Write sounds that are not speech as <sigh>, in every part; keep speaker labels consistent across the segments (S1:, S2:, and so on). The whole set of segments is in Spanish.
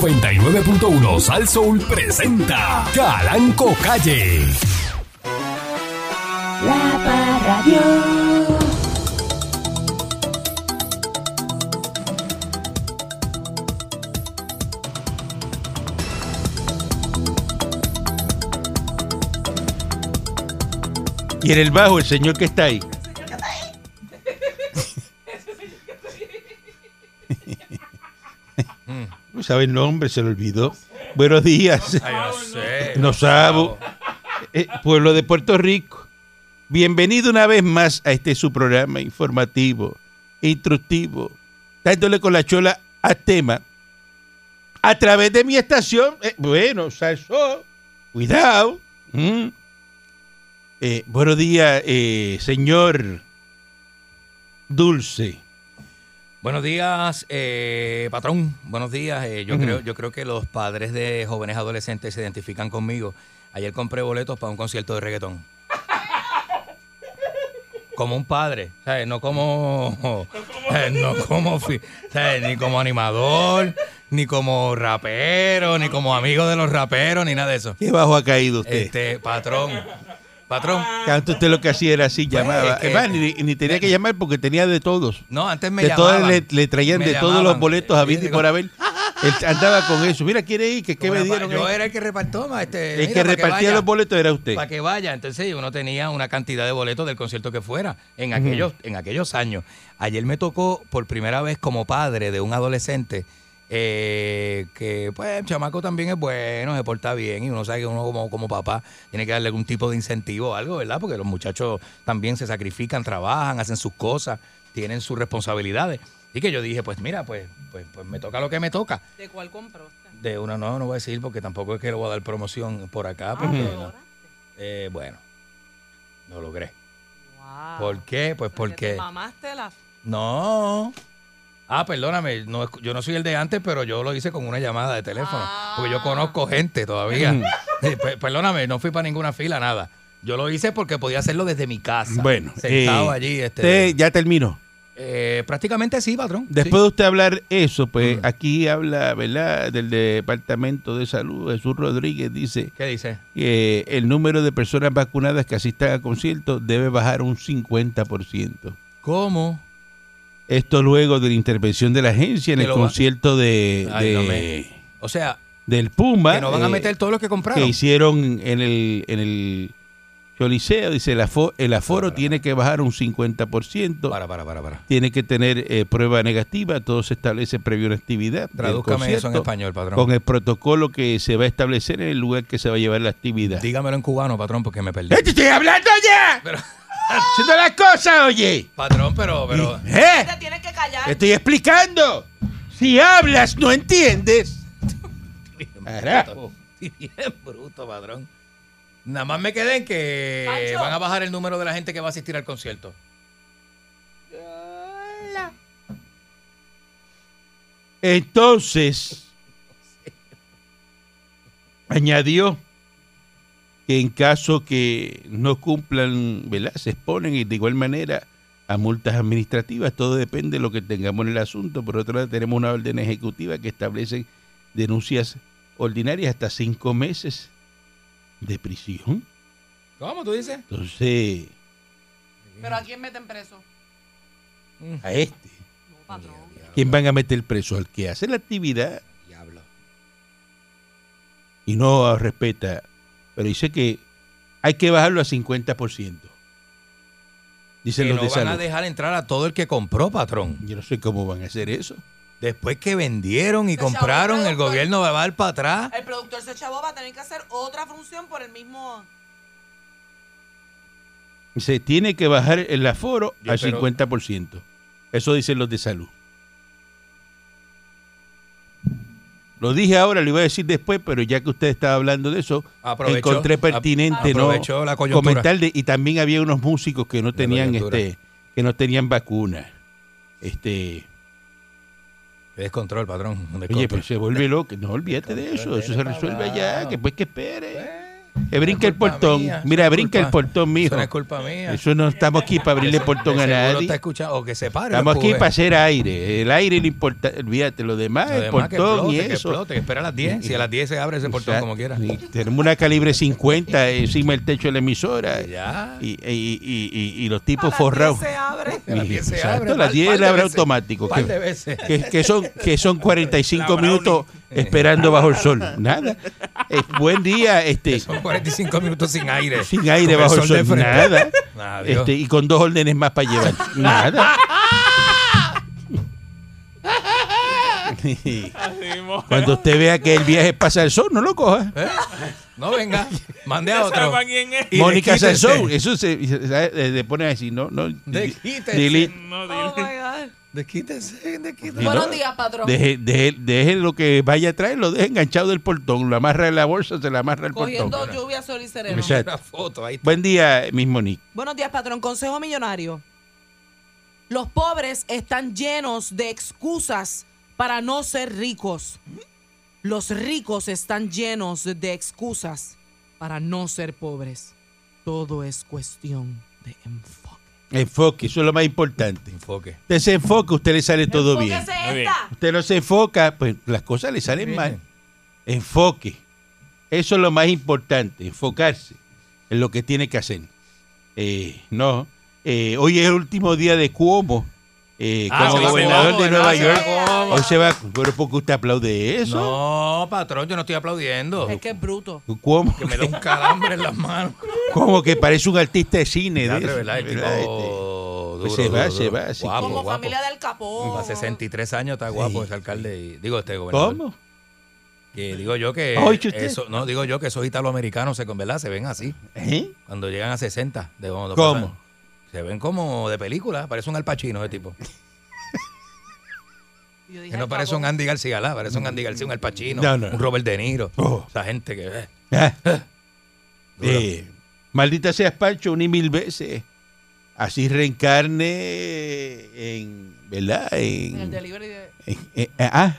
S1: 99.1 Sal Soul presenta Calanco Calle.
S2: La Parradio.
S3: Y en el bajo, el señor que está ahí. No sabe el nombre, se lo olvidó. Buenos días.
S4: Mm. no sé.
S3: No sabo. Eh, pueblo de Puerto Rico. Bienvenido una vez más a este su programa informativo e instructivo, dándole con la chola a tema. A través de mi estación, eh, bueno, salsó, cuidado. Mm. Eh, buenos días, eh, señor Dulce.
S4: Buenos días, eh, patrón. Buenos días. Eh, yo,
S3: Ujú.
S4: creo, yo creo que los padres de jóvenes adolescentes se identifican conmigo. Ayer compré boletos para un concierto de reggaetón. Como un padre, ¿sabes? No como. eh, no como. fi- ¿sabes? Ni como animador, ni como rapero, ni como amigo de los raperos, ni nada de eso.
S3: ¿Qué bajo ha caído usted?
S4: Este, patrón. Patrón.
S3: Que antes usted lo que hacía era así, llamaba.
S4: Pues, es que- eh,
S3: Es más, ni, ni tenía que llamar porque tenía de todos.
S4: No, antes me
S3: de
S4: llamaban.
S3: todas le, le traían
S4: Me
S3: de todos los
S4: llamaban. Eh,
S3: boletos a Viti
S4: Yo-
S3: por haber. Él andaba con eso. Mira, quiere ir, que qué
S4: Bueno,
S3: me
S4: pa-
S3: dieron. ¿Eh?
S4: Yo
S3: ahí?
S4: era el que repartó, ma, este,
S3: el que repartía los boletos era usted.
S4: Para que vaya, entonces uno tenía una cantidad de boletos del concierto que fuera en aquellos, en aquellos años. Ayer me tocó por primera vez como padre de un adolescente eh, que, pues, el chamaco también es bueno, se porta bien y uno sabe que uno como, como papá tiene que darle algún tipo de incentivo o algo, ¿verdad? Porque los muchachos también se sacrifican, trabajan, hacen sus cosas, tienen sus responsabilidades. Y que yo dije, pues mira, pues, pues, pues me toca lo que me toca.
S5: ¿De cuál compró?
S4: De una no, no voy a decir porque tampoco es que le voy a dar promoción por acá.
S5: Ah,
S4: Porque, no. Eh, bueno, no logré.
S5: Wow.
S4: ¿Por qué? Pues
S5: te
S4: porque...
S5: mamaste la...
S4: No. Ah, perdóname, no, escu- yo no soy el de antes, pero yo lo hice con una llamada de teléfono.
S5: Ah.
S4: Porque yo conozco gente todavía. <laughs> Eh, pe- perdóname, no fui para ninguna fila, nada. Yo lo hice porque podía hacerlo desde mi casa.
S3: Bueno,
S4: Sentado
S3: eh,
S4: allí. Este,
S3: Usted ya terminó.
S4: eh, prácticamente sí, patrón.
S3: Después de usted hablar eso, pues
S4: Mm.
S3: aquí habla, ¿verdad? Del Departamento de Salud, Jesús Rodríguez dice
S4: Sí. ¿Qué dice?
S3: que el número de personas vacunadas que asistan a conciertos debe bajar un 50%.
S4: ¿Cómo?
S3: Esto luego de la intervención de la agencia en
S4: Que
S3: el
S4: lo va-
S3: concierto de,
S4: Ay,
S3: de-
S4: no me- O sea,
S3: del Puma.
S4: que no van a
S3: eh,
S4: meter todos los que
S3: que
S4: compraron.
S3: hicieron en el, en el Choliseo. Dice, el, afo- el aforo
S4: Para, para,
S3: tiene que bajar un 50%.
S4: Para, para, para, para.
S3: Tiene que tener eh, prueba negativa. Todo se establece previo a una actividad. del
S4: Tradúzcame eso en
S3: concierto,
S4: español, patrón.
S3: Con el protocolo que se va a establecer en el lugar que se va a llevar la actividad.
S4: Dígamelo en cubano, patrón, porque me perdí.
S3: ¡Eh, te estoy hablando ya!
S4: Pero-
S3: <laughs> ¡Haciendo las cosas, oye!
S4: Patrón, pero, pero.
S3: ¡Eh!
S5: <laughs> Te tienes que callar.
S3: ¡Te estoy explicando! Si hablas, no entiendes.
S4: <laughs>
S3: Carajo.
S4: Bien bruto, patrón. Nada más me quedé en que
S5: Pancho.
S4: van a bajar el número de la gente que va a asistir al concierto.
S3: Entonces, añadió que en caso que no cumplan, ¿verdad? Se exponen y de igual manera a multas administrativas. Todo depende de lo que tengamos en el asunto. Por otro lado, tenemos una orden ejecutiva que establece denuncias ordinarias hasta cinco meses de prisión.
S4: ¿Cómo tú dices?
S3: Entonces,
S5: ¿Pero a quién meten preso?
S3: a este,
S5: No, patrón.
S3: ¿quién van a meter preso? Al que hace la actividad
S4: Diablo.
S3: y no respeta, pero dice que hay que bajarlo a 50%. Dicen
S4: Que
S3: los
S4: no
S3: de
S4: van a
S3: salud.
S4: dejar entrar a todo el que compró, patrón.
S3: Yo no sé cómo van a hacer eso.
S4: Después que vendieron y
S5: Se chavó
S4: compraron,
S5: el
S4: el
S5: productor.
S4: gobierno va a dar para atrás.
S5: El productor se chavo va a tener que hacer otra función por el mismo...
S3: Se tiene que bajar el aforo
S4: Yo
S3: al
S4: espero-
S3: 50%. Eso dicen los de salud. Lo dije ahora, lo iba a decir después, pero ya que usted estaba hablando de eso,
S4: Aprovechó-
S3: encontré pertinente
S4: ap-
S3: no
S4: aprovechó la coyuntura.
S3: comentar de- y también había unos músicos que no tenían
S4: coyuntura.
S3: este que no tenían vacuna. Este,
S4: Qué Descontrol, patrón.
S3: Oye, pues,
S4: descontrol.
S3: pero se vuelve loco. No olvídate de eso.
S4: Control,
S3: Eso se
S4: nena,
S3: resuelve
S4: cabrón.
S3: allá. Que pues que espere.
S4: Eh,
S3: Eh, brinca el
S4: culpa
S3: portón.
S4: mía, eso
S3: Mira,
S4: no es
S3: brinca el
S4: culpa-
S3: portón,
S4: Eso
S3: mijo.
S4: no es culpa mía.
S3: Eso no estamos aquí para abrirle portón a
S4: Seguro
S3: nadie.
S4: está escuchando, o que se pare.
S3: Estamos
S4: lo
S3: aquí
S4: empuje.
S3: para hacer aire. El aire no importa. Olvídate, lo demás,
S4: Lo
S3: el
S4: demás, que
S3: portón
S4: explote,
S3: Eh, y
S4: que
S3: eso.
S4: explote, que espera a las 10. Si a las 10 se abre ese portón
S3: O sea,
S4: como quiera.
S3: y Tenemos una calibre 50 encima del techo de la emisora.
S4: Ya.
S3: Y, y- y- y- y los
S5: A
S3: tipos
S5: las
S3: forrados.
S5: 10 se abre.
S4: A las 10 se
S3: Exacto,
S4: abre,
S3: a las
S4: par-
S3: 10
S4: par de
S3: le abre
S4: veces,
S3: automático.
S4: par
S3: Que-
S4: de veces.
S3: Que, que son, que son 45
S4: La Brownie.
S3: minutos esperando bajo el sol. Nada. Eh, buen día, este.
S4: Son 45 minutos sin aire.
S3: Sin aire
S4: Con
S3: bajo el sol.
S4: de frente.
S3: nada.
S4: Adiós.
S3: Este, y con dos órdenes más para llevar. Nada. Cuando usted vea que el viaje pasa el sol, no lo coja.
S4: ¿Eh? No venga, mande a otro.
S2: ¿Sabe quién es?
S4: Y
S3: Mónica
S4: desquítese.
S3: Sansón, eso se, se- se- le pone así, no, no.
S4: Desquítese.
S3: delete.
S2: No,
S5: Oh,
S2: dile.
S5: my God.
S4: Desquítese, desquítese.
S3: Y
S5: Buenos
S3: no,
S5: días, patrón.
S3: Deje, deje- deje lo que vaya a traer, lo deje enganchado del portón, lo amarra en la bolsa, se la amarra al portón.
S5: Cogiendo lluvia, sol y sereno.
S3: Exacto.
S4: Una foto ahí.
S3: Buen día, Miss Monique.
S5: Buenos días, patrón. Consejo millonario. Los pobres están llenos de excusas para no ser ricos. Los ricos están llenos de excusas para no ser pobres. Todo es cuestión de enfoque.
S3: Enfoque, eso es lo más importante.
S4: Enfoque.
S3: Usted se enfoca, usted le sale todo bien.
S5: Enfóquese
S2: Muy bien.
S5: esta.
S3: Usted no se enfoca, pues las cosas le salen mal. Enfoque. Eso es lo más importante, enfocarse en lo que tiene que hacer. Eh, no, eh, hoy es el último día de Cuomo eh,
S2: Ah,
S3: como
S2: se va
S3: gobernador
S2: Cuomo,
S3: de
S2: ¿verdad?
S3: Nueva
S2: Se va
S3: York. Hoy se va, pero ¿por qué usted aplaude eso?
S4: No, patrón, yo no estoy aplaudiendo.
S5: Es que es bruto.
S3: Cuomo,
S4: Que me da un calambre en
S3: <laughs>
S4: las manos.
S3: Cuomo que parece un artista de cine. de
S4: Ya,
S3: eso,
S4: ¿verdad? El tipo
S3: ¿verdad? Este,
S4: duro,
S3: Pues se va,
S4: duro,
S3: se
S4: duro.
S3: va, así
S4: Guapo,
S3: que-
S5: Como
S4: guapo.
S5: familia del capó.
S3: Oh.
S4: A 63 años está guapo ese alcalde. y- digo, este gobernador.
S3: ¿Cómo?
S4: Que digo yo que.
S3: ¿Ha oído usted?
S4: Eso, no, digo yo que esos italoamericanos se, con- ¿verdad? se ven así.
S3: ¿Eh?
S4: Cuando llegan a 60. De, cuando
S3: ¿Cómo?
S4: pasan- se ven como de película. Parece un alpachino ese tipo.
S5: Y yo dije,
S4: Que no
S5: "Ay,
S4: parece
S5: papá".
S4: un Andy García, ¿verdad? Parece un Andy García, un alpachino.
S3: No, no.
S4: Un Robert De Niro.
S3: Oh.
S4: Esa gente que. eh, <laughs>
S3: Ah,
S4: dura.
S3: eh, maldita seas, Pancho, una y mil veces. Así reencarne en. ¿Verdad? En,
S5: En el delivery de-
S3: Eh, eh, ah,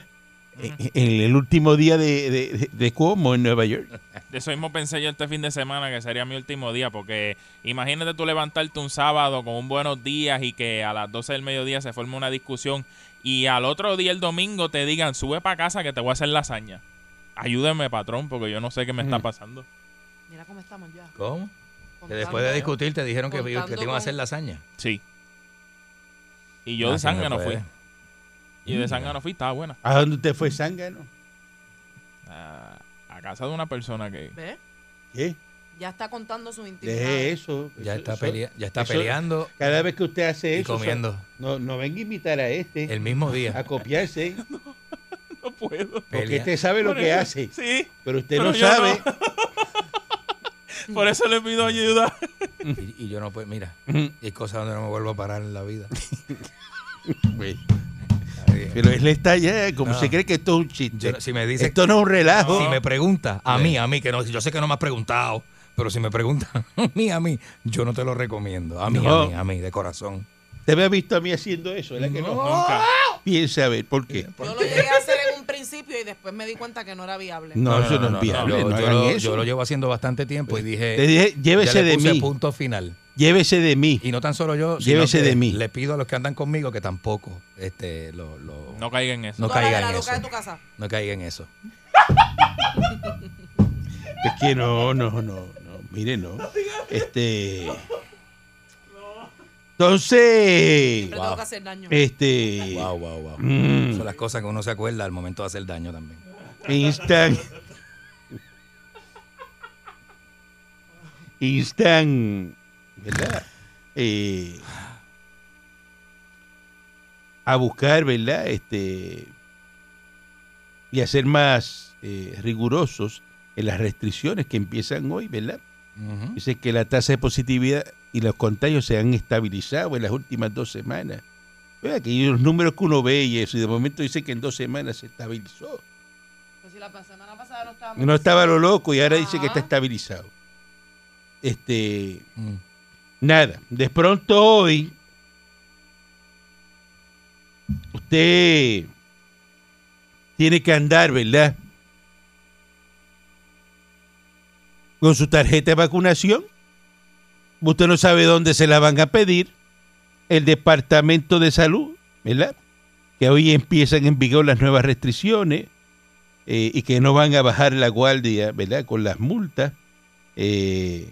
S3: eh, en el último día de, de, de- de Cuomo en Nueva York.
S2: De eso mismo pensé yo este fin de semana que sería mi último día, porque imagínate tú levantarte un sábado con un buenos días y que a las 12 del mediodía se forme una discusión y al otro día, el domingo, te digan, sube para casa que te voy a hacer lasaña. Ayúdeme, patrón, porque yo no sé qué me está pasando.
S5: Mira cómo estamos ya.
S4: ¿Cómo? Que
S5: Contando. ¿eh?
S4: después de discutir te dijeron que, que
S5: Contando
S4: te iban a
S5: con-
S4: hacer lasaña.
S2: Sí. Y yo
S4: Ah,
S2: de
S4: sí, no se
S2: sangre no fui.
S4: puede.
S2: Y de sangre no fui, estaba buena.
S3: ¿A dónde usted fue, Zángano?
S2: Ah, a casa de una persona que...
S5: ¿Ve?
S3: ¿Qué?
S5: Ya está contando su intimidad.
S3: Deje eso.
S4: Ya
S3: Eso-
S4: está,
S3: eso-
S4: pelea- ya está
S3: eso-
S4: peleando
S3: Cada vez que usted hace
S4: y
S3: eso.
S4: comiendo
S3: No, no venga a invitar a este
S4: el mismo día.
S3: a
S4: <laughs>
S3: copiarse.
S2: No puedo.
S3: Porque
S4: Pelea.
S3: usted sabe lo
S2: Por
S3: que
S2: eso-
S3: hace.
S2: Sí,
S3: Pero usted
S2: Pero
S3: no
S2: yo
S3: sabe.
S2: por eso le pido ayuda.
S4: Y, y yo no puedo, mira, hay cosas donde no me vuelvo a parar en
S3: <laughs>
S4: la vida.
S3: Pues,
S4: Ay,
S3: Pero él está ya, como
S4: No.
S3: se cree que esto es un chiste.
S4: yo no- si me dice,
S3: Esto no es un relajo.
S4: si me pregunta, a
S3: Oh. Sí.
S4: mí, a mí, que no, yo sé que no me has preguntado, pero si me pregunta <laughs> a mí, a mí, yo no te lo recomiendo. A mí,
S3: No.
S4: a mí, a mí, de corazón.
S3: Usted me ha visto a mí haciendo eso, ¿verdad que no?
S2: Nunca.
S3: Piense a ver, ¿por qué?
S5: Yo lo llegué a hacer en un principio y después me di cuenta que no era viable.
S3: No, eso no, es viable,
S4: yo,
S3: no
S4: yo
S3: hagan
S4: lo,
S3: eso.
S4: yo lo llevo haciendo bastante tiempo y dije,
S3: Te dije,
S4: ya
S3: llévese
S4: le
S3: de
S4: puse
S3: mí,
S4: punto final.
S3: llévese de mí.
S4: Y no tan solo yo, sino
S3: Llévese
S4: que
S3: de mí.
S4: le pido a los que andan conmigo que tampoco este, lo, lo-
S2: No caiga en eso.
S4: No
S5: Dora de
S4: caiga
S5: la
S4: en
S5: loca
S4: eso.
S5: de tu casa.
S4: no caiga en eso.
S3: Es que no, no, no, no, mire, no. Este. Entonces,
S5: Siempre tengo que hacer daño.
S3: este.
S4: Wow, wow, wow.
S3: mm,
S4: Son las cosas que uno se acuerda al momento de hacer daño también.
S3: Instan. Instan. ¿Verdad? Eh, a buscar, ¿verdad? Este. Y a ser más eh, rigurosos en las restricciones que empiezan hoy, ¿verdad?
S4: Ujú.
S3: Dice que la tasa de positividad y los contagios se han estabilizado en las últimas dos semanas. Vea que los números que uno ve y eso, y de momento dice que en dos semanas se estabilizó.
S5: Pues si la semana pasada no estábamos.
S3: No estaba lo loco y ahora dice que
S5: Ajá.
S3: está estabilizado. Este,
S4: Mm.
S3: nada, de pronto hoy usted tiene que andar, ¿verdad? con su tarjeta de vacunación. Usted no sabe dónde se la van a pedir. El Departamento de Salud, ¿verdad? Que hoy empiezan en vigor las nuevas restricciones eh, y que no van a bajar la guardia, ¿verdad? Con las multas. eh,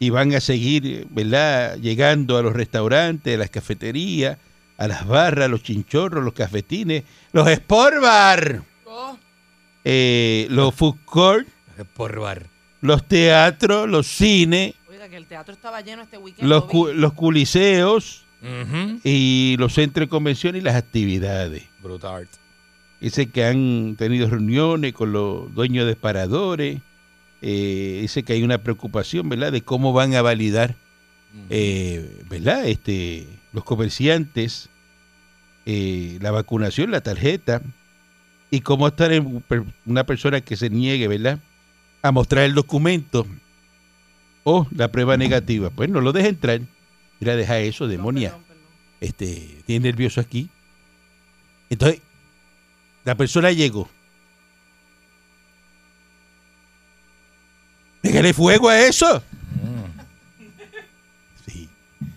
S3: y van a seguir, ¿verdad? Llegando a los restaurantes, a las cafeterías, a las barras, los chinchorros, los cafetines, los sport bar, eh, los food court,
S4: Por bar.
S3: los teatros, los cines,
S5: Oiga, que el teatro estaba lleno este weekend.
S3: los,
S5: lo vi.
S3: cu- los coliseos
S4: Ujú.
S3: y los centros de convención y las actividades.
S4: Brutal.
S3: Dice que han tenido reuniones con los dueños de paradores. eh, dice que hay una preocupación, ¿verdad?, de cómo van a validar, eh, ¿verdad?, este, los comerciantes, eh, la vacunación, la tarjeta, y cómo estar en per- una persona que se niegue, ¿verdad?, a mostrar el documento o la prueba negativa. Pues no lo deja entrar. Mira, deja eso, demonia
S5: Perdón, perdón.
S3: este, tiene nervioso aquí. Entonces, la persona llegó. Pégale fuego a eso. Sí,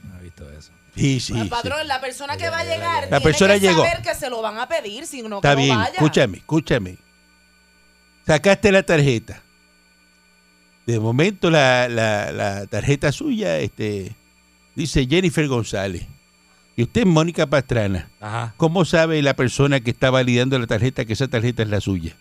S4: No he visto eso.
S3: sí, sí.
S5: Pues,
S3: sí.
S5: patrón, la persona que va a llegar
S3: La
S5: tiene
S3: persona
S5: que
S3: llegó.
S5: saber que se lo van a pedir, si no, que
S3: Está
S5: no
S3: bien,
S5: vaya.
S3: escúchame, escúchame. Sacaste la tarjeta. De momento la, la- la tarjeta suya este, dice Jennifer González. Y usted es Mónica Pastrana.
S4: Ajá.
S3: ¿Cómo sabe la persona que está validando la tarjeta que esa tarjeta es la suya?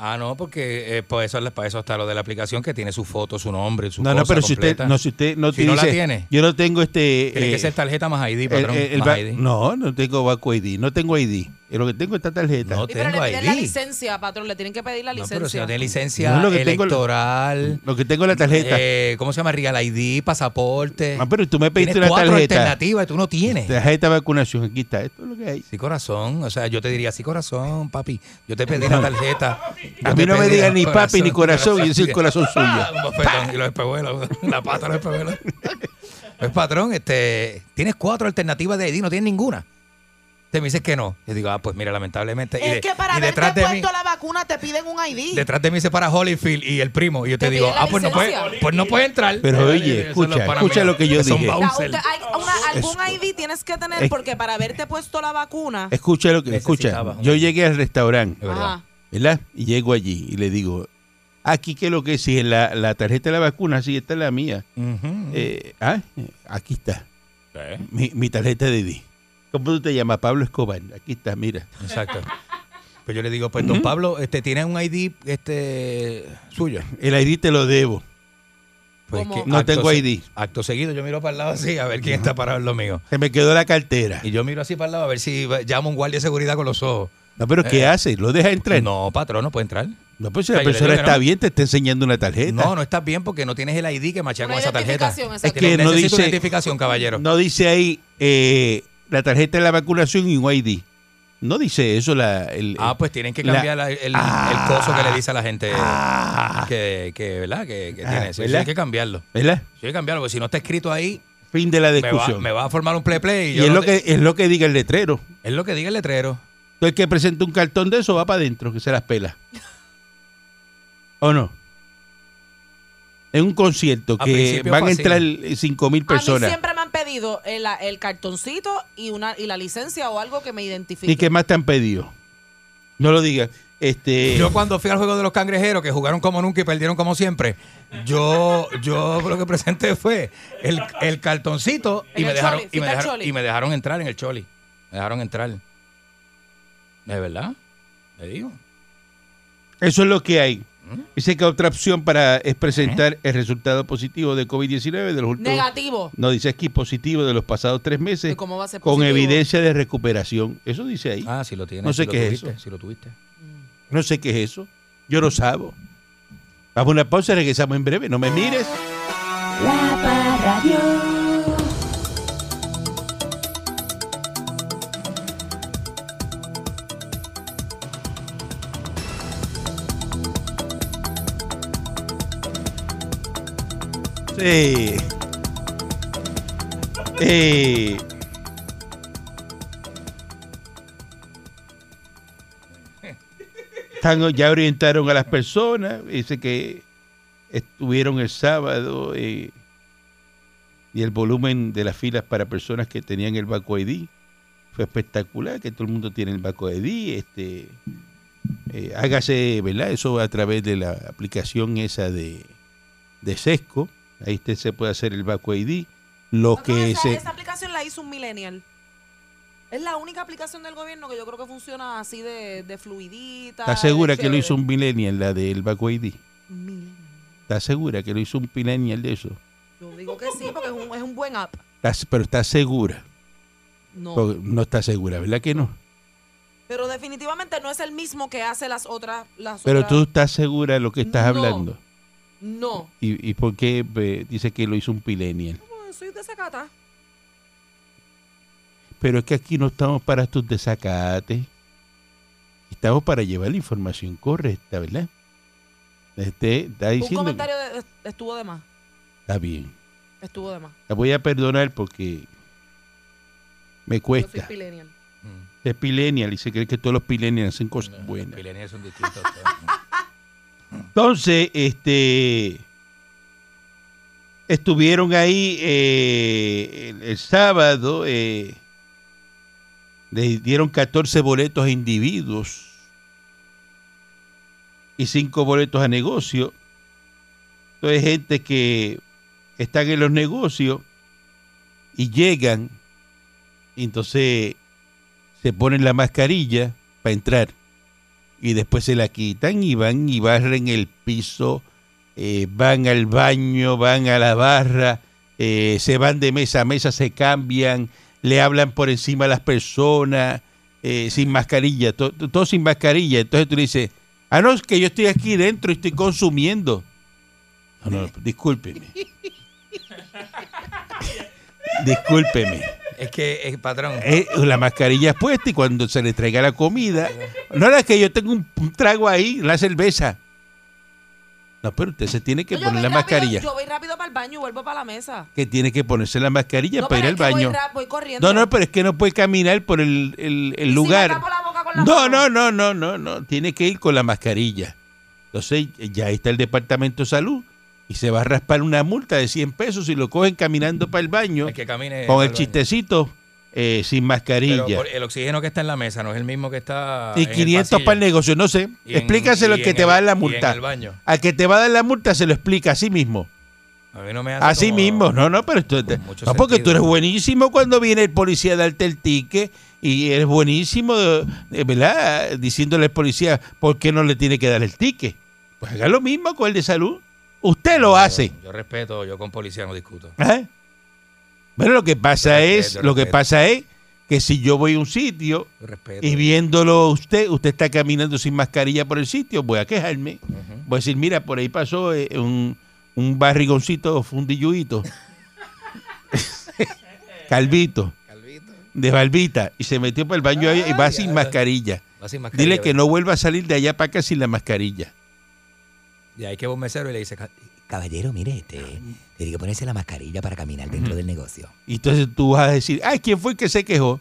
S4: Ah, no, porque eh, por eso, para eso está lo de la aplicación que tiene su foto, su nombre, su
S3: No,
S4: cosa
S3: no, pero si usted,
S4: completa.
S3: no, si usted no,
S4: Si
S3: te
S4: no la
S3: dice,
S4: tiene.
S3: Yo no tengo este.
S4: Tiene
S3: eh,
S4: que ser tarjeta más ID,
S3: el-
S4: patrón.
S3: el- el
S4: más
S3: ba-
S4: ID.
S3: no, no tengo Baco ID. No tengo ID. Lo que tengo es esta tarjeta.
S4: No
S5: Sí, pero le
S4: Tengo
S5: piden
S4: ID.
S5: la licencia, patrón, le tienen que pedir la
S4: No,
S5: licencia.
S4: pero si no tiene licencia
S3: No, lo que tengo-
S4: electoral,
S3: Lo que tengo es la tarjeta.
S4: eh, ¿cómo se llama? Real ID, pasaporte.
S3: Ah, pero tú me
S4: Tienes
S3: pediste una
S4: cuatro
S3: tarjeta.
S4: alternativas y tú no tienes.
S3: Tarjeta de vacunación. Aquí está. Esto es lo que hay.
S4: Sí, corazón. O sea, yo te diría, sí, corazón, papi. Yo te pedí la tarjeta. Yo
S3: A
S4: te
S3: mí no me
S4: pedí
S3: digan
S4: la-
S3: ni papi ni corazón. Yo soy el corazón suyo.
S4: Ah, un bofetón, y los espejuelos, la pata de los espejuelos. Pues, patrón, este, tienes cuatro alternativas de ID, no tienes ninguna. Te me dices que no. Yo digo, ah, pues mira, lamentablemente. y
S5: Es
S4: de-
S5: que para
S4: y detrás
S5: haberte
S4: de mí,
S5: puesto la vacuna te piden un ID.
S4: detrás de mí se para Holyfield y el primo. Y yo te,
S5: Te
S4: digo,
S5: piden la
S4: ah, pues no, puede,
S5: licencia.
S4: pues no puede entrar.
S3: Pero,
S4: Eh,
S3: oye,
S4: son los
S3: escucha,
S4: panameños,
S3: escucha lo que yo
S4: son
S3: dije.
S5: O sea,
S4: bouncers.
S5: usted- hay una- algún ID tienes que tener
S3: Es-
S5: porque para haberte puesto la vacuna.
S3: Escucha lo que. Escucha.
S4: Necesitabas un-
S3: Yo llegué al restaurante.
S4: verdad.
S5: Ajá.
S3: ¿verdad? Y llego allí y le digo, aquí que lo que es, si es la, la tarjeta de la vacuna, sí, esta es la mía.
S4: Ujú.
S3: Eh, ah, aquí está,
S2: ¿Qué?
S3: mi, mi tarjeta de ID. ¿Cómo tú te llamas? Pablo Escobar. Aquí está, mira.
S4: Exacto. Pues yo le digo, pues don Pablo, este, ¿tiene un ID este, suyo?
S3: El ID te lo debo.
S4: Pues
S5: ¿Cómo?
S3: No
S4: acto
S3: tengo
S4: se-
S3: ID.
S4: Acto seguido, yo miro para el lado así a ver quién está parado en lo mío.
S3: Se me quedó la cartera.
S4: Y yo miro así para el lado a ver si va- llamo a un guardia de seguridad con los ojos.
S3: No, pero ¿qué
S4: Eh.
S3: hace? ¿Lo deja entrar? No,
S4: No, patrón, no puede entrar.
S3: pues si la
S4: Ay, yo le
S3: persona
S4: digo que
S3: está
S4: no.
S3: bien, te está enseñando una tarjeta.
S4: No, no estás bien porque no tienes el ID que machea
S5: Una
S4: con esa tarjeta.
S5: identificación, exacto.
S3: Es que no
S4: Necesito una
S3: dice-
S4: identificación, caballero.
S3: No dice ahí eh, la tarjeta de la vacunación y un ID. No dice eso la... El,
S4: Ah, pues tienen que
S3: La-
S4: cambiar la- el,
S3: Ah.
S4: el coso que le dice a la gente
S3: Ah.
S4: que, que, ¿verdad? Que, que
S3: Ah,
S4: tiene. Sí, sí,
S3: ¿verdad?
S4: hay que cambiarlo.
S3: ¿Verdad?
S4: Sí, hay que cambiarlo porque si no está escrito ahí,
S3: Fin de la
S4: me va,
S3: discusión.
S4: me va a formar un play play. Y,
S3: y
S4: yo
S3: es
S4: no
S3: lo,
S4: te-
S3: que, es lo que diga el letrero.
S4: es lo que diga el letrero.
S3: Entonces, el que presenta un cartón de eso va para adentro, que se las pela. ¿O no? En un concierto
S4: A
S3: que
S4: principio
S3: van a
S4: fue así.
S3: entrar 5 mil
S5: A mí
S3: personas.
S5: siempre me han pedido el, el cartoncito y una y la licencia o algo que me identifique.
S3: ¿Y qué más te han pedido? No lo digas. Este,
S4: Yo cuando fui al juego de los cangrejeros, que jugaron como nunca y perdieron como siempre, yo, yo lo que presenté fue el, el cartoncito y
S5: En
S4: me,
S5: el
S4: dejaron,
S5: choli,
S4: y, me
S5: fuiste al
S4: dejaron,
S5: choli.
S4: y me dejaron entrar en el choli. Me dejaron entrar. ¿De verdad? Le digo.
S3: Eso es lo que hay.
S5: ¿Mm?
S3: Dice que otra opción para es presentar el resultado positivo de COVID-19 de los últimos...
S5: ¿Eh? Negativo.
S3: No, dice aquí positivo de los pasados tres meses
S5: ¿Y cómo va a ser
S3: con
S5: positivo?
S3: evidencia de recuperación. Eso dice ahí.
S4: Ah, si lo tienes.
S3: No sé
S4: si
S3: qué
S4: lo
S3: es
S4: tuviste,
S3: eso.
S4: Si lo tuviste.
S3: No sé qué es eso. Yo lo sabo. Vamos a una pausa y regresamos en breve. No me mires.
S6: La Parradio.
S3: Sí. Eh, Están- ya orientaron a las personas. Dice que estuvieron el sábado eh, y el volumen de las filas para personas que tenían el Baco ID fue espectacular, que todo el mundo tiene el Baco ID. Este, eh, hágase, ¿verdad? Eso a través de la aplicación esa de, de Sesco. Ahí usted se puede hacer el Baco ID. Lo
S5: No,
S3: que
S5: esa,
S3: se...
S5: esa aplicación la hizo un millennial. Es la única aplicación del gobierno que yo creo que funciona así de, de fluidita.
S3: ¿Estás segura
S5: de
S3: que lo hizo
S5: chévere.
S3: un millennial, la del Baco ID?
S5: Millennial.
S3: ¿Estás segura que lo hizo un millennial de eso?
S5: Yo digo que sí, porque es un, es un buen app.
S3: ¿Estás- pero estás segura.
S5: No.
S3: Porque No estás segura, ¿verdad que no?
S5: Pero definitivamente no es el mismo que hace las otras. Las
S3: Pero
S5: otras-
S3: tú estás segura de lo que estás
S5: No.
S3: hablando.
S5: No.
S3: ¿Y, y por qué eh, dice que lo hizo un millennial?
S5: Bueno, Soy de Zacata.
S3: Pero es que aquí no estamos para tus desacates. Estamos para llevar la información correcta, ¿verdad? Este, está
S5: Un
S3: diciendo. que-
S5: comentario de- estuvo de más.
S3: Está bien.
S5: Estuvo de más.
S3: La voy a perdonar porque me
S5: Yo soy
S3: cuesta.
S5: millennial.
S3: Es pilenial y se cree que todos los pilenials hacen cosas buenas.
S4: millennials son distintos.
S3: Entonces, este estuvieron ahí eh, el, el sábado, eh, les dieron 14 boletos a individuos y 5 boletos a negocio. Entonces, gente que están en los negocios y llegan, y entonces se ponen la mascarilla para entrar y después se la quitan y van y barren el piso, eh, van al baño, van a la barra, eh, se van de mesa a mesa, se cambian, le hablan por encima a las personas, eh, sin mascarilla, to- to- todo sin mascarilla. Entonces tú le dices, ah, no, es que yo estoy aquí dentro y estoy consumiendo. No, no, discúlpeme. discúlpeme.
S4: es que, eh, patrón,
S3: Eh, la mascarilla es puesta y cuando se le traiga la comida. No, no, es que yo tengo un, un trago ahí, la cerveza. No, pero usted se tiene que
S5: No, yo
S3: poner
S5: voy
S3: la
S5: rápido-
S3: mascarilla.
S5: Yo voy rápido para el baño y vuelvo para la mesa.
S3: Que tiene que ponerse la mascarilla para ir
S5: pero
S3: al
S5: es que voy
S3: baño.
S5: ra- Voy, corriendo.
S3: No, no, pero es que no puede caminar por el, el- el
S5: Y si me
S3: lugar.
S5: tapo la boca con la
S3: No,
S5: mano.
S3: no, no, no, no, no. Tiene que ir con la mascarilla. Entonces ya ahí está el departamento de salud y se va a raspar una multa de 100 pesos si lo cogen caminando para el baño
S4: el que camine.
S3: con
S4: al
S3: el
S4: baño.
S3: chistecito eh, sin mascarilla.
S4: Pero por- el oxígeno que está en la mesa no es el mismo que está.
S3: Y
S4: Ah, en el
S3: 500
S4: pasillo.
S3: para el negocio, no sé.
S4: Y en-
S3: Explícaselo al
S4: y
S3: que
S4: en
S3: te
S4: el-
S3: va a dar la
S4: Y en
S3: multa.
S4: el baño.
S3: Al que te va a dar la multa se lo explica a sí mismo.
S4: A mí no me hace
S3: A sí
S4: como-
S3: mismo. No, no, pero esto-
S4: con mucho
S3: no, porque tú
S4: sentido.
S3: eres buenísimo cuando viene el policía a darte el ticket y eres buenísimo, de- de- ¿verdad? Diciéndole al policía por qué no le tiene que dar el ticket. Pues haga lo mismo con el de salud. Usted lo hace.
S4: Yo respeto, yo con policía no discuto.
S3: Ajá. Bueno, lo que pasa
S4: Yo
S3: es,
S4: respeto,
S3: lo que
S4: respeto.
S3: pasa es que si yo voy a un sitio
S4: Yo respeto.
S3: y viéndolo usted, usted está caminando sin mascarilla por el sitio, voy a quejarme. Voy a decir, mira, por ahí pasó eh, un, un barrigoncito
S4: <laughs>
S3: fundilluito, calvito,
S4: Calvito.
S3: de barbita, y se metió para el baño
S4: Ay,
S3: y va sin
S4: ay,
S3: mascarilla.
S4: Va sin mascarilla,
S3: Dile que
S4: ¿verdad?
S3: no vuelva a salir de allá para acá sin la mascarilla.
S4: Y ahí que va un mesero y le dice, "Ca-
S7: Caballero, mire, este, tiene que ponerse la mascarilla para caminar dentro del negocio.
S3: Y entonces tú vas a decir, ay, ¿quién fue el que se quejó?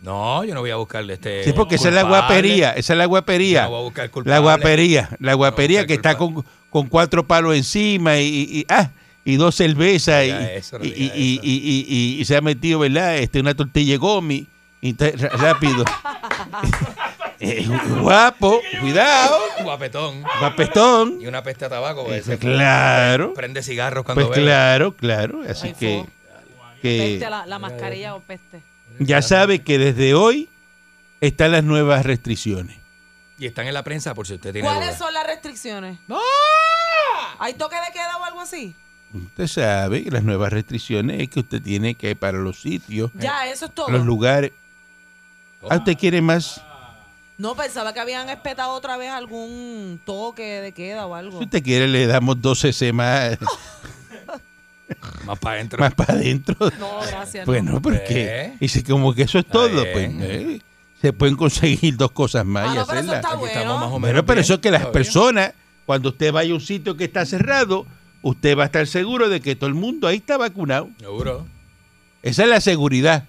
S4: no, yo no voy a buscarle este.
S3: Sí, porque esa es la
S4: culpable.
S3: guapería, esa es la guapería.
S4: Yo no voy a buscar
S3: La
S4: culpable.
S3: guapería, la guapería
S4: No,
S3: que está con, con cuatro palos encima y, y- y- ah, y dos cervezas y,
S4: Diga eso, no
S3: y-
S4: diga
S3: y-
S4: eso.
S3: y- y- y- y se ha metido, ¿verdad? Este, una tortilla de gomi. Y está- r-
S4: <laughs>
S3: rápido. Eh, guapo, cuidado,
S4: Guapetón.
S3: guapetón.
S4: Y una peste a tabaco.
S3: Eh,
S4: pues, ese
S3: claro,
S4: Prende cigarros cuando
S3: pues
S4: bebe.
S3: claro, claro. Así
S5: Ay,
S3: que,
S5: fo.
S3: que eh.
S5: Peste la, la mascarilla o peste.
S3: ya sabe que desde hoy están las nuevas restricciones.
S4: Y están en la prensa por si usted tiene
S5: ¿Cuáles
S4: dudas.
S5: son las restricciones? ¡No! ¿Hay toque de queda o algo así?
S3: Eh, Usted sabe que las nuevas restricciones es que usted tiene que para los sitios
S5: Ya, eso es todo.
S3: los lugares. Ah, usted quiere más.
S5: No pensaba que habían espetado otra vez algún toque de queda o algo.
S3: Si usted quiere, le damos 12 semanas
S4: Más para adentro.
S3: más para
S5: <laughs>
S3: adentro.
S5: No, gracias. no.
S3: Bueno, porque
S4: Eh.
S3: dice como que eso es
S4: Está
S3: todo. Pues,
S4: bien.
S3: eh, se pueden conseguir dos cosas más
S5: Ah,
S3: y
S5: no, pero eso
S3: hacerlas.
S5: está
S4: Aquí estamos más
S5: bueno.
S4: o menos.
S3: Bueno, pero eso es que las
S4: Está bien.
S3: personas, cuando usted vaya a un sitio que está cerrado, usted va a estar seguro de que todo el mundo ahí está vacunado.
S4: Seguro.
S3: Esa es la seguridad.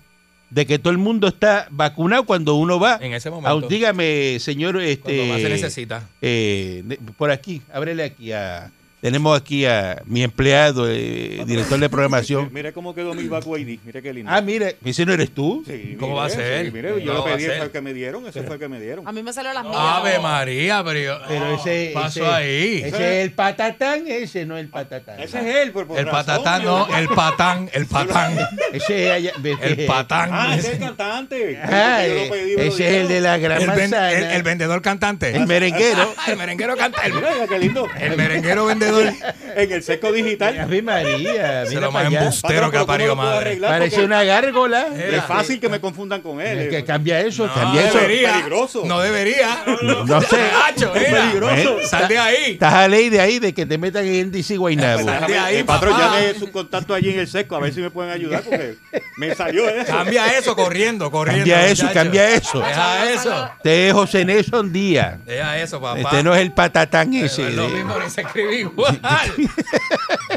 S3: de que todo el mundo está vacunado cuando uno va.
S4: En ese momento.
S3: Aún dígame, señor, este,
S4: Cuando más se necesita.
S3: eh, ne- por aquí, ábrele aquí a... Tenemos aquí a mi empleado, eh, director de programación.
S8: <laughs> Mira cómo quedó mi Baco ID. Mira qué
S3: <clears throat>
S8: lindo.
S3: Ah, mira, ese no eres tú.
S8: Sí,
S4: ¿Cómo va a
S8: mire,
S4: ser?
S8: sí, mire, yo
S4: No
S8: lo
S4: va a
S8: pedí, ese
S4: ser.
S8: fue el que me dieron, ese fue el que me dieron.
S5: A mí me salió las mías.
S4: Ave María, pero,
S3: Pero ese,
S4: pasó
S3: ese-
S4: ahí.
S3: Ese es el patatán, ese no es el patatán.
S8: Ese es él, pues. por, por
S4: el
S8: razón,
S4: patatán,
S8: yo-
S4: no, el patán,
S8: <laughs>
S4: el patán,
S3: Ese es allá-
S4: el patán.
S8: Ah,
S4: <laughs>
S8: ese es el
S4: el,
S8: cantante.
S3: Ah,
S8: Yo lo pedí, me lo
S3: ese es el
S8: dieron.
S3: de la gran
S4: ven-
S3: manzana.
S4: el- el vendedor cantante.
S8: <laughs>
S3: El merenguero.
S4: <laughs> Ah, el merenguero canta. El,
S8: Mira, mira qué lindo.
S4: el merenguero
S3: <laughs>
S4: vendedor.
S8: En el seco digital.
S3: Ave María,
S4: Se
S3: mira
S4: lo más
S3: para allá.
S4: embustero.
S8: Patrón,
S4: Pero que
S8: ¿pero
S4: parió
S8: cómo lo puedo
S4: madre.
S8: arreglar?
S3: Parece
S8: Porque
S3: una gárgola.
S8: Es fácil que me confundan con él.
S3: Que
S8: eh.
S3: cambia eso,
S4: No
S3: cambia eso.
S4: debería.
S8: peligroso. eh,
S4: No debería.
S3: No sé.
S4: Hacho,
S3: Es
S4: mira.
S3: peligroso.
S4: Sal de ahí.
S3: Estás a ley de ahí de que te metan en DC Guaynabo.
S4: Sal de ahí,
S8: Eh, patrón,
S4: papá.
S8: llame su contacto allí en el seco, a ver si me pueden ayudar, porque me salió eso.
S4: Cambia eso corriendo, corriendo.
S3: Cambia eso,
S4: muchacho.
S3: cambia eso.
S4: Deja eso.
S3: Este es José Nelson Díaz.
S4: Deja eso, papá.
S3: Este no es el patatán
S4: Pero
S3: ese.
S4: es lo
S3: de-
S4: mismo, ni se
S3: <laughs>
S4: escribe igual.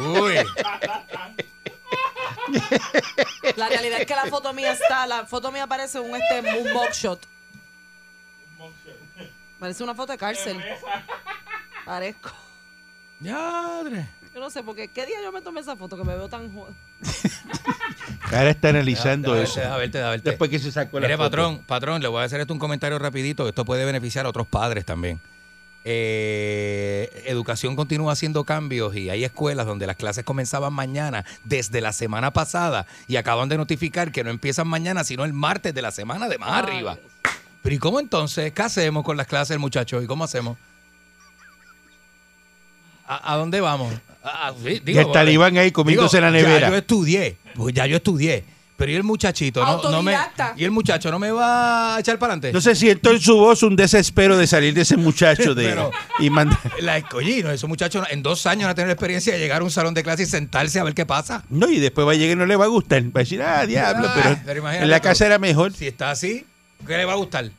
S4: Uy.
S5: La realidad es que la foto mía está, la foto mía parece un este un mugshot. Parece una foto de cárcel. Parezco.
S4: Yadre.
S5: Yo no sé porque qué día yo me tomé esa foto que me veo tan jo-
S3: Ahora está analizando
S4: Deja
S3: eso.
S4: verte, deja verte, deja verte.
S3: Después que se sacó la
S4: Mire,
S3: foto.
S4: patrón, patrón, le voy a hacer esto un comentario rapidito. Esto puede beneficiar a otros padres también. Eh, educación continúa haciendo cambios y hay escuelas donde las clases comenzaban mañana desde la semana pasada y acaban de notificar que no empiezan mañana sino el martes de la semana de más arriba. Pero ¿y cómo entonces? ¿Qué hacemos con las clases, muchachos? ¿Y cómo hacemos? ¿A, a dónde vamos? A- a- sí, digo,
S3: Ya el talibán ahí comiéndose la nevera.
S4: Ya yo estudié, pues ya yo estudié. Pero ¿y el muchachito? No, no me,
S5: Autodidacta.
S4: ¿Y el muchacho no me va a echar para adelante?
S3: Yo se siento en su voz un desespero de salir de ese muchacho de
S4: Pero-
S3: y mandar.
S4: La escogí, ¿no? Esos muchachos en dos años van a tener la experiencia de llegar a un salón de clase y sentarse a ver qué pasa.
S3: <laughs> No, y después va a llegar y no le va a gustar. Va a decir, ah, diablo,
S4: Ah,
S3: pero,
S4: pero imagínate
S3: en la
S4: tú.
S3: casa era mejor.
S4: Si está así, ¿qué le va a gustar?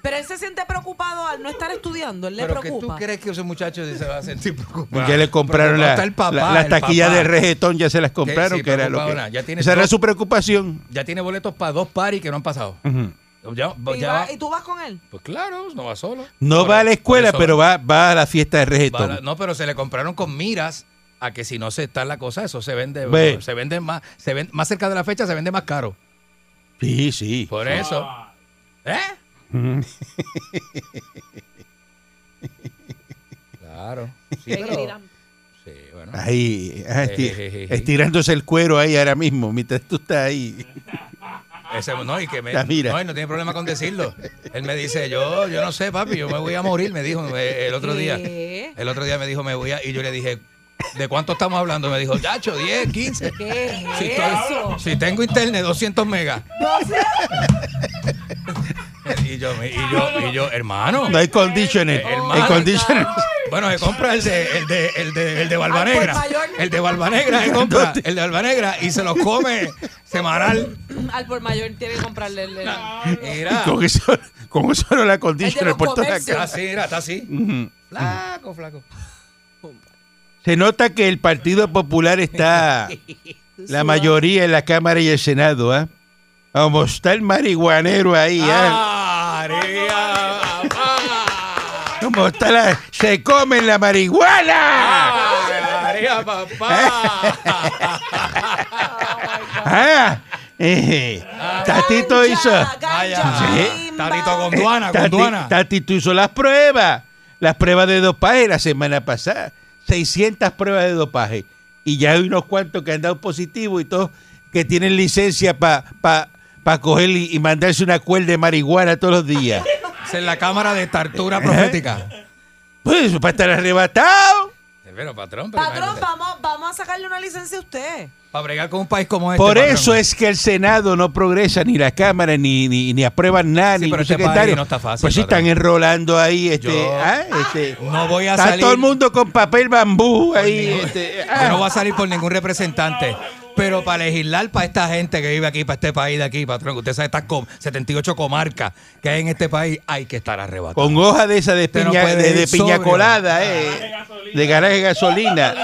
S5: Pero él se siente preocupado al no estar estudiando, él le
S4: Pero que tú
S5: preocupa.
S4: crees que esos muchachos se van a sentir preocupados.
S3: Ya le compraron
S4: Preocupado
S3: la,
S4: está el papá,
S3: la- las
S4: el
S3: taquillas
S4: papá.
S3: de regetón, ya se las compraron,
S4: sí,
S3: que era lo
S4: preocupadora.
S3: que.
S4: Ya tiene
S3: esa era
S4: dos-
S3: su preocupación.
S4: Ya tiene boletos para dos paris que no han pasado.
S3: Ujú.
S4: Ya-
S5: y,
S4: ya
S5: va-
S4: va-
S5: y tú vas con él.
S4: Pues claro, no va solo.
S3: No
S4: Por
S3: va a
S4: eso-
S3: la escuela,
S4: por eso
S3: pero va, va a la fiesta de
S4: va a
S3: regetón.
S4: la- no, pero se le compraron con miras a que si no se está la cosa, eso se vende,
S3: Ve.
S4: se vende más, se vende, más cerca de la fecha se vende más caro.
S3: Sí, sí. Ah.
S4: Por eso. ¿Eh?
S3: <laughs>
S4: claro. Sí,
S5: Ven,
S4: pero-
S5: Irán.
S4: sí, bueno.
S3: Ahí, ah,
S4: Eh,
S3: esti-
S4: Ejejeje.
S3: estirándose el cuero ahí ahora mismo, mientras tú estás ahí.
S4: Ese- no, y que me,
S3: La mira.
S4: no, y no tiene problema con decirlo. Él me dice, yo, yo no sé, papi, yo me voy a morir, me dijo eh, el otro día.
S5: ¿Qué?
S4: El otro día me dijo, me voy a. Y yo le dije, ¿de cuánto estamos hablando? Me dijo, Yacho, 10, 15.
S5: ¿Qué es
S4: Si, estoy-
S5: eso?
S4: si tengo internet, 200 megas. <laughs> y, yo, y, yo, y yo, hermano.
S3: No hay conditioners.
S4: Eh, hermano.
S3: el conditioner.
S4: Bueno, se compra el de, el de, el de, el de Barba
S5: Al por
S4: Negra.
S5: mayor.
S4: El de Barba Negra
S3: <laughs>
S4: se compra. El de Barba Negra y se los come semanal.
S5: Al por mayor tiene que comprarle el, el-
S4: Mira.
S3: Con eso, con eso no la conditioner
S5: los
S3: por toda la
S5: comercios.
S4: Está
S3: casa.
S4: así, mira, Ah, está así.
S3: Ujú.
S4: Flaco, flaco.
S3: Se nota que el Partido Popular <laughs> está la mayoría en la Cámara y el Senado, ¿ah? Como está el marihuanero ahí, ¿ah?
S4: María, papá.
S3: Como está la... ¡Se comen la marihuana!
S2: Ah.
S4: María, papá.
S3: ¡Ah! Eh, Tatito
S5: Gancha,
S3: hizo...
S4: Ah,
S5: gancha,
S3: Sí.
S5: timba.
S4: Tarito con Duana, con
S3: Tati-
S4: Duana.
S3: Tatito hizo las pruebas. Las pruebas de dopaje la semana pasada. 600 pruebas de dopaje. Y ya hay unos cuantos que han dado positivo y todos que tienen licencia para pa, pa coger y, y mandarse una cuerda de marihuana todos los días.
S4: Esa es la cámara de tartura profética.
S3: Pues eso, para estar arrebatado.
S4: Pero, patrón, pero
S5: Patrón,
S4: imagínate,
S5: vamos, vamos a sacarle una licencia a usted.
S4: para bregar con un país como este.
S3: Por
S4: patrón.
S3: eso es que el Senado no progresa, ni la Cámara, ni, ni, ni aprueban nada,
S4: Sí,
S3: ni
S4: pero
S3: un
S4: este país
S3: secretario.
S4: no está fácil,
S3: pues sí,
S4: patrón.
S3: están enrolando ahí. Este,
S4: Yo-
S3: ah, este,
S4: No voy a
S3: está
S4: salir.
S3: todo el mundo con papel bambú ahí. este, ah.
S4: Yo no voy a salir por ningún representante. Pero para legislar para esta gente que vive aquí, para este país de aquí, patrón, que usted sabe estas com- 78 comarcas que hay en este país, hay que estar arrebatado.
S3: Con hoja de esa de
S4: Usted no
S3: piña,
S4: puede
S3: de, de
S4: ir
S3: piña
S4: sobrio. Ah.
S3: colada, eh, de garaje de gasolina.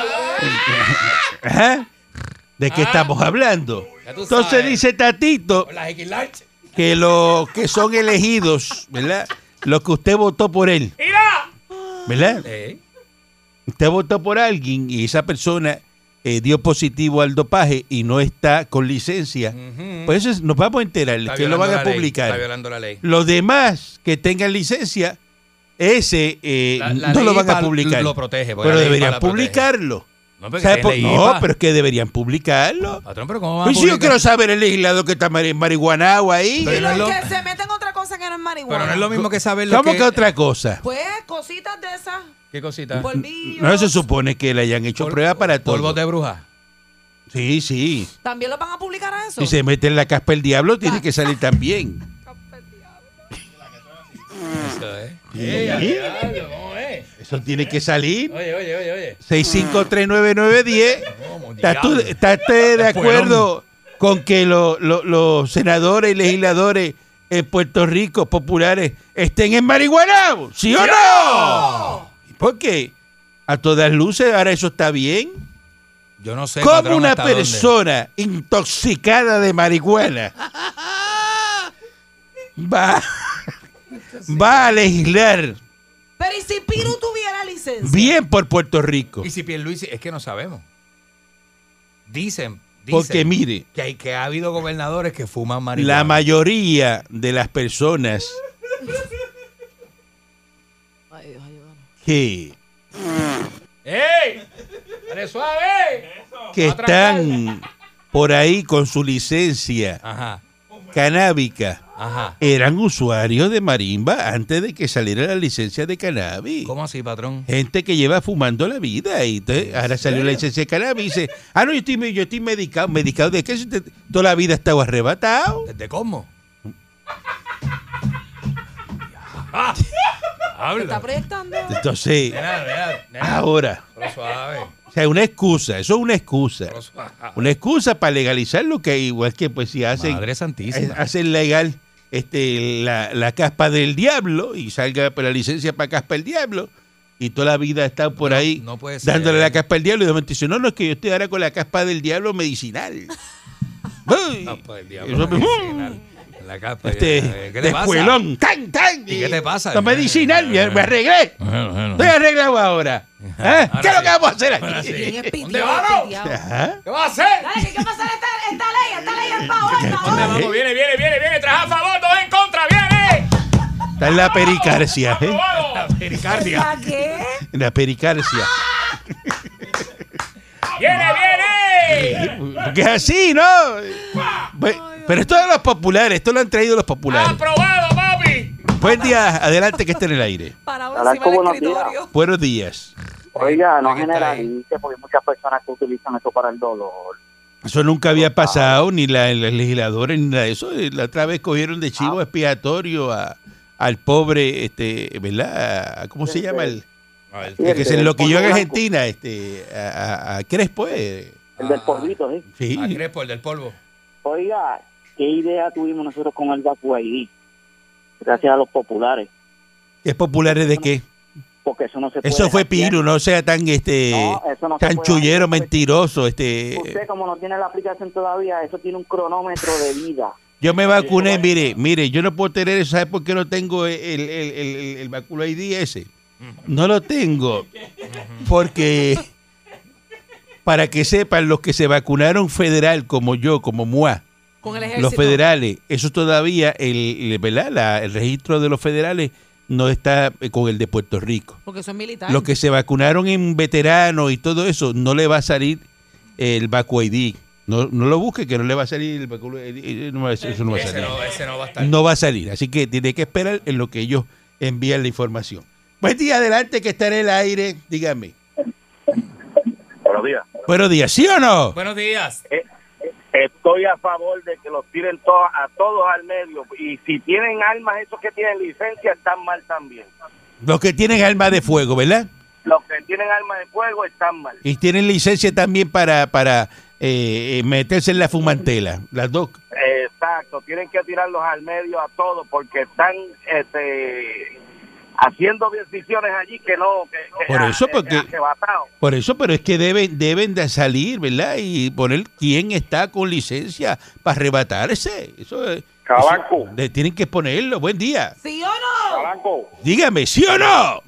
S3: Ajá. ¿De qué estamos hablando?
S4: Ah. Ya tú
S3: Entonces
S4: sabes,
S3: dice Tatito
S4: con las X-Large.
S3: que los que son elegidos, ¿verdad? Los que usted votó por él. ¿Verdad?
S4: Eh,
S3: Usted votó por alguien y esa persona eh, dio positivo al dopaje y no está con licencia.
S4: ujú.
S3: Pues eso es- nos vamos a enterar,
S4: Está
S3: que lo
S4: violando
S3: van a
S4: la ley, Está
S3: publicar.
S4: violando la ley.
S3: Los demás que tengan licencia, ese eh,
S4: La- la
S3: no lo
S4: ley
S3: van a
S4: pa-
S3: publicar.
S4: Lo protege. porque
S3: pero
S4: la ley pa-
S3: deberían
S4: la protege.
S3: publicarlo.
S4: No, porque
S3: ¿Sabe
S4: es
S3: por-
S4: ley
S3: no,
S4: pa.
S3: pero es que deberían publicarlo.
S4: Patrón, pero ¿cómo va a
S3: Pues si yo
S4: publicar?
S3: quiero saber el legislador que está mari- marihuanao ahí.
S5: Y
S4: Pero no
S5: los
S4: es lo-
S5: que se meten otra cosa que no es marihuana.
S4: Pero no es lo mismo que saber lo
S3: ¿Cómo
S4: que...
S3: que otra cosa?
S5: Pues cositas de esas,
S4: ¿Qué cosita?
S5: polvillos.
S3: No se supone que le hayan hecho
S4: Pol-
S3: prueba para todo.
S4: Polvos de bruja.
S3: Sí, sí.
S5: También lo van a publicar a eso.
S3: Si se mete en la caspa el diablo, tiene que
S4: <laughs>
S3: salir también.
S4: Eso, ¿eh? Ey, a diablo, ¿cómo es?
S3: Eso tiene que salir.
S4: Oye, oye, oye, oye.
S3: 6539910.
S4: Vamos,
S3: ¿Estás tú-
S4: diablo.
S3: ¿Estás usted de acuerdo con que lo- lo- los senadores y legisladores en Puerto Rico populares estén en marihuana? ¿Sí o no? ¿Por qué? A todas luces, ahora eso está bien.
S4: Yo no sé,
S3: ¿Cómo
S4: patrón,
S3: una
S4: hasta dónde.
S3: persona intoxicada de
S4: <laughs>
S3: marihuana va, va a legislar
S5: Pero ¿y si Piru tuviera licencia?
S3: bien por Puerto Rico?
S4: Y si Pierluisi, es que no sabemos. Dicen, dicen
S3: Porque mire,
S4: que, hay, que ha habido gobernadores que fuman marihuana.
S3: la mayoría de las personas
S5: Ay, Dios, ayúdame.
S3: que,
S4: ¡Ey! ¡Dale suave!
S3: que están por ahí con su licencia
S4: Ajá,
S3: canábica
S4: ajá.
S3: eran usuarios de marimba antes de que saliera la licencia de cannabis.
S4: ¿Cómo así, patrón?
S3: Gente que lleva fumando la vida y entonces ahora salió la licencia de cannabis y dice, ah, no, yo estoy, yo estoy medicado, medicado de qué? Si te- toda la vida estaba arrebatado.
S4: ¿Desde cómo? Ah,
S5: ¿Está
S4: habla.
S5: proyectando?
S3: Entonces,
S4: Nena, nena, nena,
S3: ahora,
S4: pero suave,
S3: o sea, una excusa, eso es una excusa.
S4: pero suave.
S3: Una excusa para legalizar lo que igual que pues si hacen
S4: Madre santísima.
S3: hacen legal este, la, la caspa del diablo y salga por la licencia para caspa del diablo y toda la vida está por ahí
S4: no puede ser.
S3: dándole la caspa del diablo y de momento dice, no, no, es que yo estoy ahora con la caspa del diablo
S4: <laughs>
S3: medicinal. Uy,
S4: Ah, pues, el diablo,
S3: Eso me-
S4: medicinal. La capa,
S3: este,
S4: eh, ¿Qué te pasa?
S3: descuelón, tan, tan,
S4: ¿Y qué te pasa?
S3: No, medicinal, ya me arreglé.
S4: Bueno, bueno.
S3: Estoy arreglado ahora. ¿Ah? ¿Qué es
S4: <laughs> Ahora
S3: lo
S4: sí.
S3: que vamos a hacer aquí? ¿Ah?
S4: Ahora sí.
S5: ¿Quién es
S4: ¿Dónde
S5: pitiado?
S4: vamos?
S3: Ajá.
S4: ¿Qué vas a hacer?
S5: este Dale, que hay que pasar esta, esta ley, esta ley es para hoy, pa'
S4: ¿Dónde
S5: hoy.
S4: vamos? Viene, viene, viene, viene. Traja a favor, dos en contra, viene.
S3: Está en la pericarcia, ¿eh?
S4: Aprobado. Pericardia.
S5: ¿Para qué?
S3: En la pericarcia.
S4: Viene, viene.
S3: Porque es así, ¿no? Bueno, pero esto de los populares, esto lo han traído los populares.
S4: Aprobado, papi.
S3: Buen día, adelante que esté en el aire.
S5: Parado
S9: Ahora,
S5: encima del
S9: ¿cómo nos dirá?
S5: escritorio.
S3: Buenos días.
S9: Oiga, no
S4: Aquí está ahí.
S9: generalice porque hay muchas personas que utilizan eso para el dolor.
S3: Eso nunca había pasado, ni la, los legisladores, ni nada de eso. Eh, La otra vez cogieron de chivo
S4: Ah.
S3: expiatorio a, al pobre, este, ¿verdad? A- ¿Cómo se llama? El, el que se enloquilló en Argentina, este, a, a- a Crespo. eh.
S9: El del
S4: Ah.
S9: polvito, ¿sí?
S3: Sí.
S4: A Crespo, el del polvo.
S9: Oiga, ¿qué idea tuvimos nosotros con el Baku ahí? Gracias a los populares.
S3: ¿Es populares de qué?
S9: Porque eso no se puede.
S3: Eso fue
S9: hackear.
S3: Piru, no sea tan, este,
S9: No, eso no se puede
S3: chanchullero,
S9: hackear.
S3: mentiroso, este.
S9: Usted, como no tiene la aplicación todavía, eso tiene un cronómetro de vida.
S3: Yo me vacuné, mire, mire, yo no puedo tener eso, ¿sabe por qué no tengo el, el, el, el, el vacuno ID ese? No lo tengo, porque para que sepan, los que se vacunaron federal, como yo, como MUA,
S5: Con el ejército.
S3: los federales, eso todavía, el, el- ¿verdad? La- el registro de los federales no está eh, con el de Puerto Rico.
S5: Porque son militares.
S3: Los que se vacunaron en veteranos y todo eso, no le va a salir el vacu ID. No, no lo busque, que no le va a salir el vacu ID. Eh, No va a- eso no Mm. va a
S4: Ese
S3: salir
S4: no, ese no va a estar.
S3: no va a salir. Así que tiene que esperar en lo que ellos envían la información. Buen día, adelante, que está en el aire. Dígame.
S9: Buenos días.
S3: Buenos días, ¿sí o no?
S4: Buenos días.
S9: Estoy a favor de que los tiren a todos al medio. Y si tienen armas, esos que tienen licencia están mal también.
S3: Los que tienen armas de fuego, ¿verdad?
S9: Los que tienen armas de fuego están mal.
S3: Y tienen licencia también para, para eh, eh, meterse en la fumantela. Las dos.
S9: Exacto, tienen que tirarlos al medio a todos porque están este, haciendo decisiones allí que no. Que, que
S3: Por
S9: a-
S3: eso, porque-
S9: arrebatado.
S3: Por eso, pero es que deben, deben de salir, ¿verdad? Y poner quién está con licencia para arrebatarse. Eso es.
S9: Cabanco.
S3: eso- le tienen que ponerlo. Buen día.
S5: ¿Sí o no?
S9: Calanco,
S3: Dígame, ¿sí o no?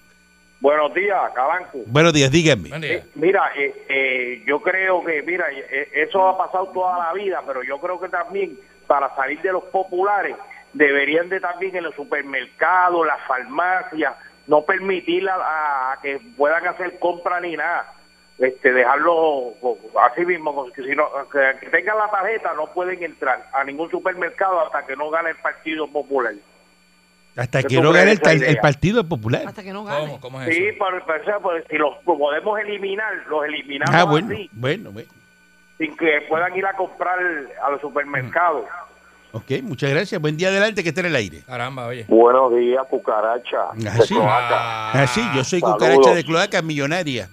S9: buenos días, Calanco.
S3: Buenos días, dígame.
S4: Buen día.
S9: Mira, eh, eh, yo creo que, mira, eh, eso ha pasado toda la vida, pero yo creo que también para salir de los populares deberían de también en los supermercados, las farmacias, no permitir a, a que puedan hacer compra ni nada. Este, dejarlo así mismo, que, si no, que- que tengan la tarjeta no pueden entrar a ningún supermercado hasta que no gane el Partido Popular.
S3: Hasta
S9: Yo
S3: que no
S9: creo
S3: gane el,
S9: que esa
S3: el
S9: idea.
S3: Partido Popular.
S5: Hasta que no gane.
S4: ¿Cómo? ¿Cómo es
S9: Sí,
S4: eso?
S9: pero, pero, pero pues, si los podemos eliminar, los eliminamos
S3: Ah, bueno,
S9: así.
S3: bueno, bueno.
S9: sin que puedan ir a comprar a los supermercados.
S4: Mm.
S3: Ok, muchas gracias. Buen día adelante, que esté en el aire.
S4: Caramba, oye.
S9: Buenos días, cucaracha.
S3: Ah, sí. Ah, sí, yo soy cucaracha
S9: Saludos.
S3: de cloaca millonaria.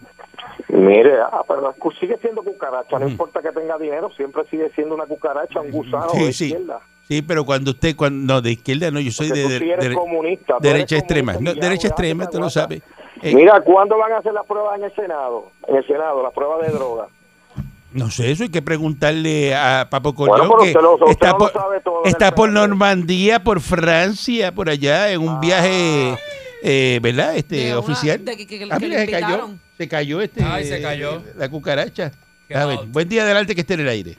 S9: Mire, ah, pero sigue siendo cucaracha, no importa que tenga dinero, siempre sigue siendo una cucaracha, un gusano
S3: Sí,
S9: de
S3: sí.
S9: izquierda.
S3: Sí, pero cuando usted, cuando, no, de izquierda no, yo soy
S9: Porque
S3: de,
S9: tú sí eres
S3: dere-
S9: comunista, tú
S3: derecha
S9: eres
S3: extrema.
S9: comunista
S3: No,
S9: y ya,
S3: derecha
S9: ya,
S3: extrema,
S9: ya,
S3: tú lo
S9: ya.
S3: sabes. Eh,
S9: Mira, ¿cuándo van a hacer las pruebas en el Senado? En el Senado, las pruebas de droga.
S3: No sé, eso hay que preguntarle a Papo Colón,
S9: Bueno, pero
S3: que
S9: usted lo- usted
S3: está,
S9: no
S3: por,
S9: lo sabe todo del
S3: está por
S9: PNP.
S3: Normandía, por Francia, por allá, en un
S9: Ah.
S3: viaje, eh, ¿verdad? Este
S5: De una-
S3: oficial.
S5: de que- que-
S3: ah,
S5: que
S3: mira,
S5: le
S3: se cayó,
S5: invitaron.
S3: se cayó este,
S4: Ay, se cayó.
S3: eh, la cucaracha.
S4: Qué
S3: A ver,
S4: mal.
S3: buen día adelante que esté en el aire.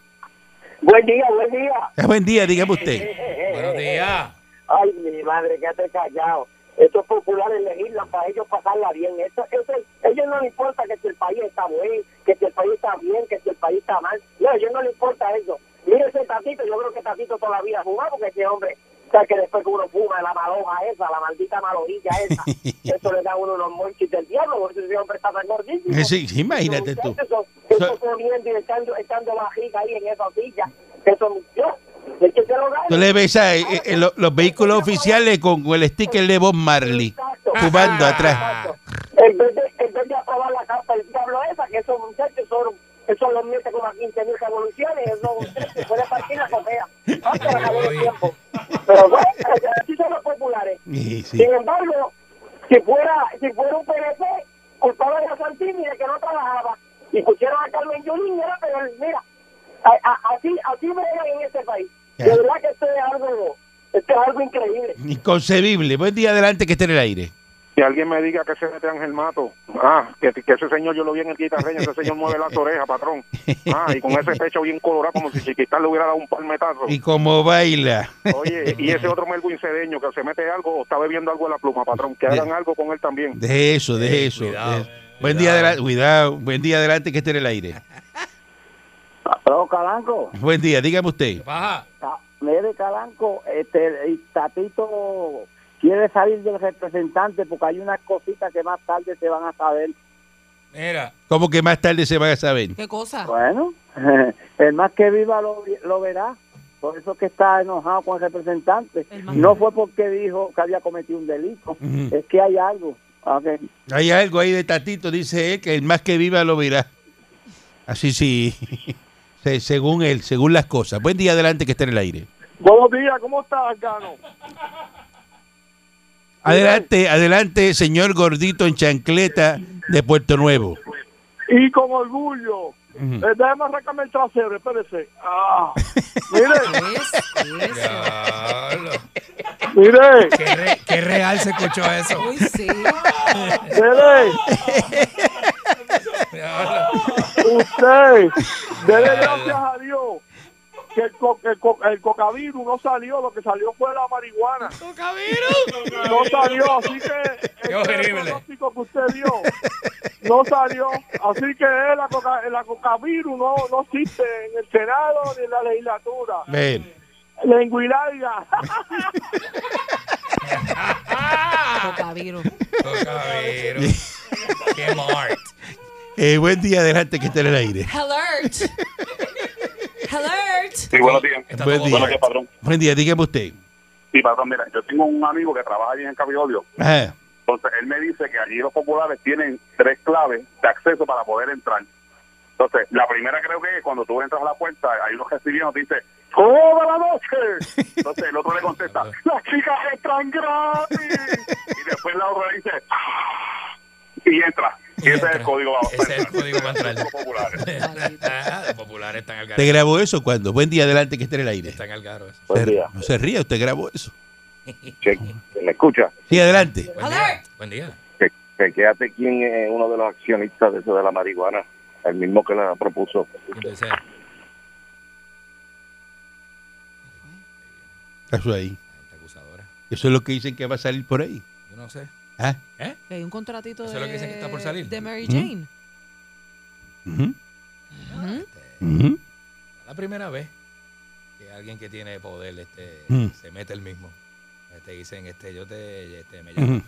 S9: Buen día, buen día.
S3: Ah, buen día, dígame
S9: Eh,
S3: usted.
S4: Buenos días.
S9: Ay, mi madre, quédate callado. Estos populares legislan para ellos pasarla bien. Esto, esto- ellos no les importa que si el país está bueno, que si el país está bien, que si el país está mal. No, a ellos no les importa eso. Mire ese Tatito, yo creo que Tatito todavía juega porque ese hombre, o sea, que después que uno fuma la maloja esa, la maldita malojilla esa, eso le da a uno los monchis del diablo porque ese hombre está tan gordísimo.
S3: Eh, Sí, sí, imagínate tú.
S9: Eso,
S3: So-
S9: eso comiendo y echando, echando barriga ahí en esa silla. Eso, yo, es que se lo gana.
S3: Tú le ves a, eh, eh, lo- los vehículos oficiales con el sticker de Bob Marley,
S9: Exacto.
S3: fumando atrás.
S4: Ah,
S9: En vez, de, en vez de aprobar la carta del diablo esa, que esos muchachos son, esos los 7,15 mil revoluciones, esos muchachos pueden partir la copea. Hasta ganar el tiempo. Pero bueno, así son los populares.
S3: Sí, sí.
S9: Sin embargo, si fuera, si fuera un PNP, culpaban a Santini de que no trabajaba y pusieron a Carmen Yulín, era pero mira, a- a- así, así me en este país. De
S3: Ya.
S9: verdad que esto es algo, esto es algo increíble.
S3: Inconcebible. Buen día adelante que esté en el aire.
S9: Si alguien me diga que se mete Ángel Mato, ah, que, que ese señor yo lo vi en el guitarreño, ese señor mueve las orejas, patrón. Ah, y con ese pecho bien colorado como si Chiquitán le hubiera dado un palmetazo.
S3: Y como baila.
S9: Oye, y ese otro Melvin Cedeño que se mete algo o está bebiendo algo en la pluma, patrón, que hagan algo con él también.
S3: De eso, de
S4: Eh,
S3: eso.
S4: cuidado,
S3: de-
S4: eh,
S3: Buen día adelante, cuidado, buen día adelante que esté en el aire.
S9: Pero Calanco,
S3: Buen día, dígame usted.
S4: Baja.
S9: mire Calanco, este, Tatito quiere salir del representante porque hay unas cositas que más tarde se van a saber.
S4: Mira.
S3: ¿Cómo que más tarde se van a saber?
S5: ¿Qué cosa?
S9: Bueno, <laughs> el más que viva lo, lo verá. Por eso es que está enojado con el representante.
S5: El más-
S9: No fue porque dijo que había cometido un delito.
S3: Ujú.
S9: Es que hay algo. Ok.
S3: Hay algo ahí de Tatito, dice él, que el más que viva lo verá. Así sí, <laughs> se- según él, según las cosas. Buen día adelante que esté en el aire.
S9: Buenos días, ¿cómo estás, Gano?
S3: Adelante, adelante, señor gordito en chancleta de Puerto Nuevo.
S9: Y con orgullo. Eh,
S3: Ujú.
S9: Déjame arrancarme el trasero, espérese. Ah, mire,
S5: ¿Qué es eso?
S4: Diablo.
S9: mire,
S4: Qué, re- qué real se escuchó eso.
S5: Uy, sí.
S9: mire,
S4: Diablo.
S9: <laughs> usted, dele gracias a Dios que el, co- que el co- el cocavirus no salió, lo que salió fue la marihuana. <laughs> no salió, así que
S4: Qué
S9: este
S4: horrible.
S9: pronóstico que usted dio no salió, así que la coca, la cocavirus no, no existe en el Senado ni en la legislatura.
S3: Ven.
S9: Lenguilaria.
S4: <laughs>
S5: Cocavirus.
S4: Coronavirus. Qué mart.
S3: Eh, buen día adelante que esté en el aire.
S5: Alert. Alert.
S9: Sí, buenos días.
S4: Está
S3: Buen
S4: todo
S3: día.
S9: Buenos días, patrón.
S3: Buen día, dígame usted.
S9: Sí, patrón, mira, yo tengo un amigo que trabaja allí en Capitolio.
S3: Ajá.
S9: Entonces, él me dice que allí los populares tienen tres claves de acceso para poder entrar. Entonces, la primera creo que es cuando tú entras a la puerta, hay unos recibiendo, te dice, ¡Toda la noche! Entonces, el otro le "Ah". contesta, ¡Las chicas están gratis! Y después
S10: el lado que dice y entra. Y ese es el código para
S4: Ese es el
S10: entrar.
S4: código para entrar.
S10: Los populares.
S4: <laughs> Ah, de popular están al
S3: ¿Te
S4: garo.
S3: grabó eso cuando? Buen día, adelante, que esté en el aire.
S4: Están al garo. eso.
S10: <laughs> Buen día.
S3: No se ría, usted grabó eso.
S10: Che, ¿Me escucha?
S3: Sí, adelante.
S4: Buen día. Buen día.
S10: Que, que quédate quién es uno de los accionistas de eso de la marihuana. El mismo que la propuso.
S4: Entonces,
S3: Eso ahí.
S4: esta acusadora.
S3: Eso es lo que dicen que va a salir por ahí.
S4: Yo no sé. ¿Eh?
S3: ¿Ah?
S5: Que hay un contratito
S4: Eso es
S5: de,
S4: lo que dicen que está por salir.
S5: de Mary
S3: ¿Mm?
S5: Jane.
S3: Ujú,
S5: Ujú.
S3: ujú.
S4: La primera vez que alguien que tiene poder este,
S3: Mm.
S4: se mete el mismo. Eh, Te dicen, este, yo te, este, me
S3: Ujú.
S4: llamas.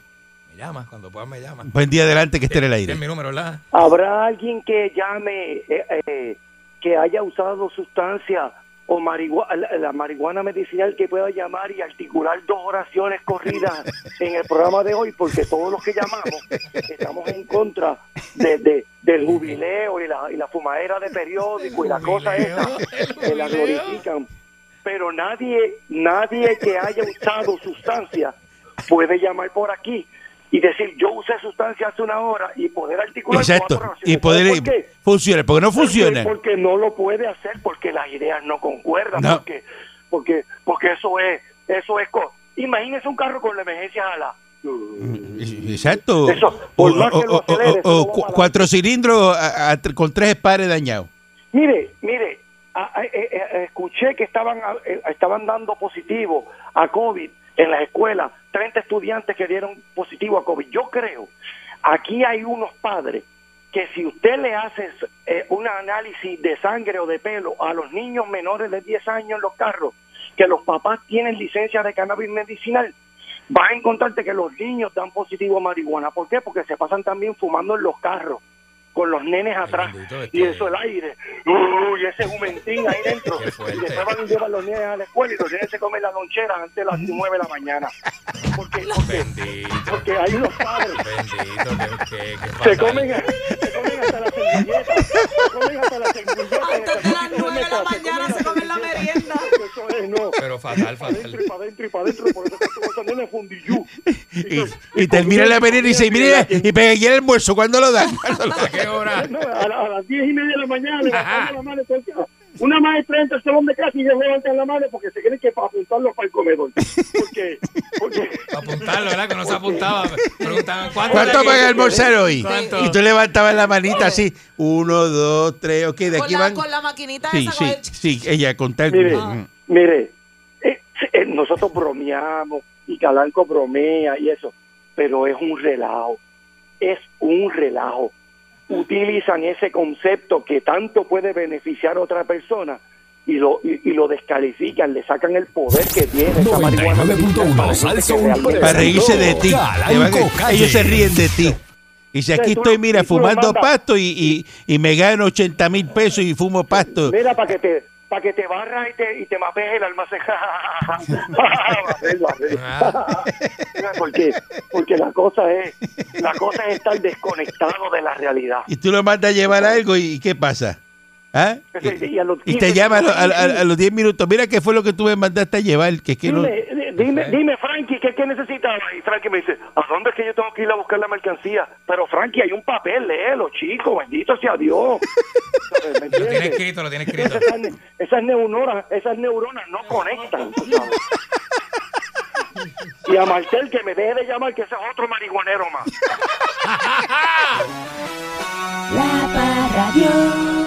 S4: Me llamas, cuando puedas me llamas.
S3: Buen día, adelante, que esté en el
S4: Tienes mi
S3: aire.
S4: número, ¿verdad?
S9: ¿Habrá alguien que llame eh, eh, que haya usado sustancia o marigua- la, la marihuana medicinal que pueda llamar y articular dos oraciones
S3: <laughs>
S9: corridas en el programa de hoy? Porque todos los que llamamos estamos en contra de- de- del jubileo y la, y la fumadera de periódico y la cosa esa que la glorifican. Pero nadie, nadie que haya usado sustancia puede llamar por aquí y decir yo usé sustancia hace una hora y poder articular
S3: Exacto.
S9: cuatro oraciones.
S3: Y poder.
S9: ¿Sabes por qué?
S3: Funciona, porque no funciona.
S9: Porque, porque no lo puede hacer porque las ideas no concuerdan,
S3: No.
S9: porque porque porque eso es eso es co- imagínese un carro con la emergencia a la
S3: Exacto.
S9: Eso,
S3: O,
S9: por más que
S3: o-
S9: lo
S3: o-
S9: acelere,
S3: o-
S9: eso no
S3: o
S9: va
S3: cu-
S9: para
S3: cuatro cilindros a- a- con tres pares dañados.
S9: Mire, mire, a- a- a- a- escuché que estaban, a- eh, estaban dando positivo a COVID en las escuelas, 30 estudiantes que dieron positivo a COVID. Yo creo, aquí hay unos padres que si usted le hace eh, un análisis de sangre o de pelo a los niños menores de 10 años en los carros, que los papás tienen licencia de cannabis medicinal, vas a encontrarte que los niños dan positivo a marihuana. ¿Por qué? Porque se pasan también fumando en los carros, con los nenes atrás.
S4: bendito, este-
S9: Y eso, el aire. Uy, ese jumentín ahí dentro.
S4: Qué fuerte.
S9: Y después van a llevar los niños a la escuela y los niños se comen las loncheras antes de las
S3: Mm.
S9: 9 de la mañana. Porque, porque,
S4: Bendito.
S9: porque hay unos padres.
S4: Bendito. que- que- que
S9: Se
S4: fatal.
S9: comen, se comen hasta las servilletas. Se comen hasta las servilletas.
S5: Antes de las nueve de la mañana se comen la
S9: servilletas.
S5: merienda.
S9: Eso es, no.
S4: Pero fatal,
S9: Para
S4: fatal.
S9: adentro y para adentro y para adentro. Por eso es que tú también es fundillú.
S3: Y, y termina la avenida y dice: Mire, y pega aquí el almuerzo. ¿Cuándo lo
S9: <laughs>
S3: dan? ¿Cuándo lo dan?
S4: ¿A qué hora?
S9: No, a, la- a las diez y media de la mañana levantando la mano. entonces, Una maestra entra al salón de clase y ellos levantan la mano porque se creen que para apuntarlo para el comedor. Porque, porque
S4: Para apuntarlo, ¿verdad? Que no se apuntaba. Preguntaban, ¿cuánto,
S3: ¿Cuánto
S4: era
S3: van a
S4: que-
S3: almorzar hoy?
S4: ¿Cuánto?
S3: Y tú levantabas la manita así: uno, dos, tres. Ok, de
S5: Con
S3: aquí
S5: la,
S3: van.
S5: con la maquinita
S3: Sí,
S5: esa con
S3: sí,
S5: el-
S3: sí, ella con tal. Mm,
S9: Mire.
S3: Ujú.
S9: Mire, eh, eh, nosotros bromeamos y Calanco bromea y eso, pero es un relajo, es un relajo. Utilizan ese concepto que tanto puede beneficiar a otra persona y lo, y, y lo descalifican, le sacan el poder que tiene esa marihuana.
S1: 99.1 Sal Soul
S3: Para reírse de ti. Te van
S1: Calanco
S3: a- Ellos se
S1: Calle.
S3: ríen de ti. Y si aquí
S9: tú-
S3: estoy, mira,
S9: y tú lo
S3: fumando
S9: mandas.
S3: pasto y, y, y me gano 80 mil pesos y fumo pasto.
S9: Mira, para que te para que te barras y te, y te mapees el almacén. <laughs> Barrer, barrer.
S4: Ah.
S9: Mira, porque, porque la cosa es la cosa es estar desconectado de la realidad.
S3: Y tú lo mandas a llevar algo y, ¿qué pasa? ¿Ah?
S9: Ese- y a los
S3: Y, y
S9: 15
S3: te llama a, lo- a- a- a los 10 minutos. Mira qué fue lo que tú me mandaste a llevar. Que es que no...
S9: Dime, di- dime, dime, Frankie, ¿qué, ¿qué necesitaba? Y Frankie me dice, ¿a dónde es que yo tengo que ir a buscar la mercancía? Pero, Frankie, hay un papel, léelo, chico, bendito sea Dios. ¿Sabes? ¿Me
S4: Lo tiene
S9: entiendes?
S4: escrito, lo tiene escrito.
S9: Esas, ne- esas neuronas, esas neuronas no conectan. tú sabes. Y a Martel que me deje de llamar, que ese es otro marihuanero más.
S6: La Parradio.